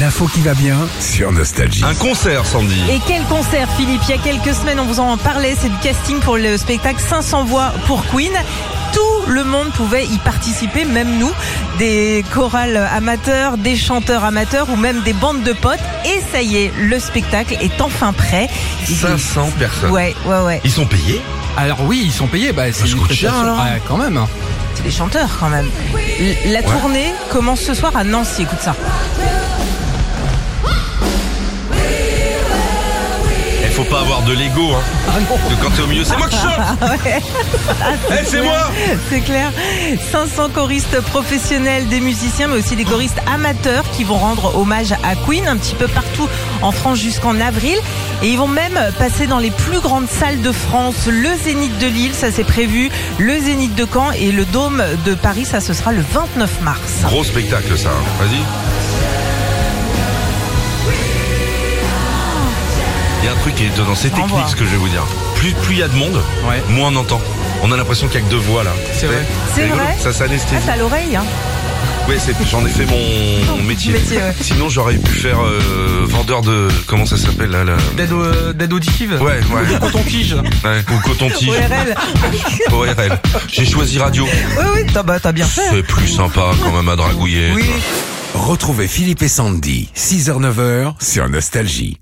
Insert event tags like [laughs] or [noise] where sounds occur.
L'info qui va bien sur Nostalgie. Un concert, Sandy. Et quel concert, Philippe Il y a quelques semaines, on vous en parlait, c'est du casting pour le spectacle 500 voix pour Queen. Tout le monde pouvait y participer, même nous, des chorales amateurs, des chanteurs amateurs ou même des bandes de potes. Et ça y est, le spectacle est enfin prêt. Il est- 500 personnes. Ouais, ouais, ouais. Ils sont payés Alors oui, ils sont payés, bah, c'est Ça une coûte cher, prestation. alors. Ouais, quand même. C'est des chanteurs quand même. L- La tournée commence ce soir à Nancy, écoute ça. Il Eh, faut pas avoir de l'ego. Hein. Ah Parce que Quand t'es au milieu, c'est moi qui chante Eh, c'est moi [laughs] C'est clair. 500 choristes professionnels, des musiciens, mais aussi des choristes amateurs qui vont rendre hommage à Queen un petit peu partout en France jusqu'en avril. Et ils vont même passer dans les plus grandes salles de France, le Zénith de Lille, ça c'est prévu, le Zénith de Caen et le Dôme de Paris, ça ce sera le 29 mars. Gros spectacle, ça. hein. Vas-y. Il y a un truc qui est étonnant, c'est Au revoir. technique ce que je vais vous dire. Plus plus il y a de monde, Ouais. moins on entend. On a l'impression qu'il y a que deux voix là. C'est vrai. C'est rigolo, vrai Ça Ah, s'anesthésie. t'as l'oreille, hein Oui, j'en ai fait mon, mon métier. Métier, ouais. Sinon, j'aurais pu faire euh, vendeur de. Comment ça s'appelle là, là D'aide au- d'aide auditive Ouais, ouais. [laughs] Coton-tige. ouais, Ou coton-tige. ORL. ORL. J'ai choisi radio. Oui, oui, t'as bah, t'as bien fait. C'est plus sympa quand même à dragouiller. Oui. Retrouvez Philippe et Sandy, 6h-9h sur Nostalgie.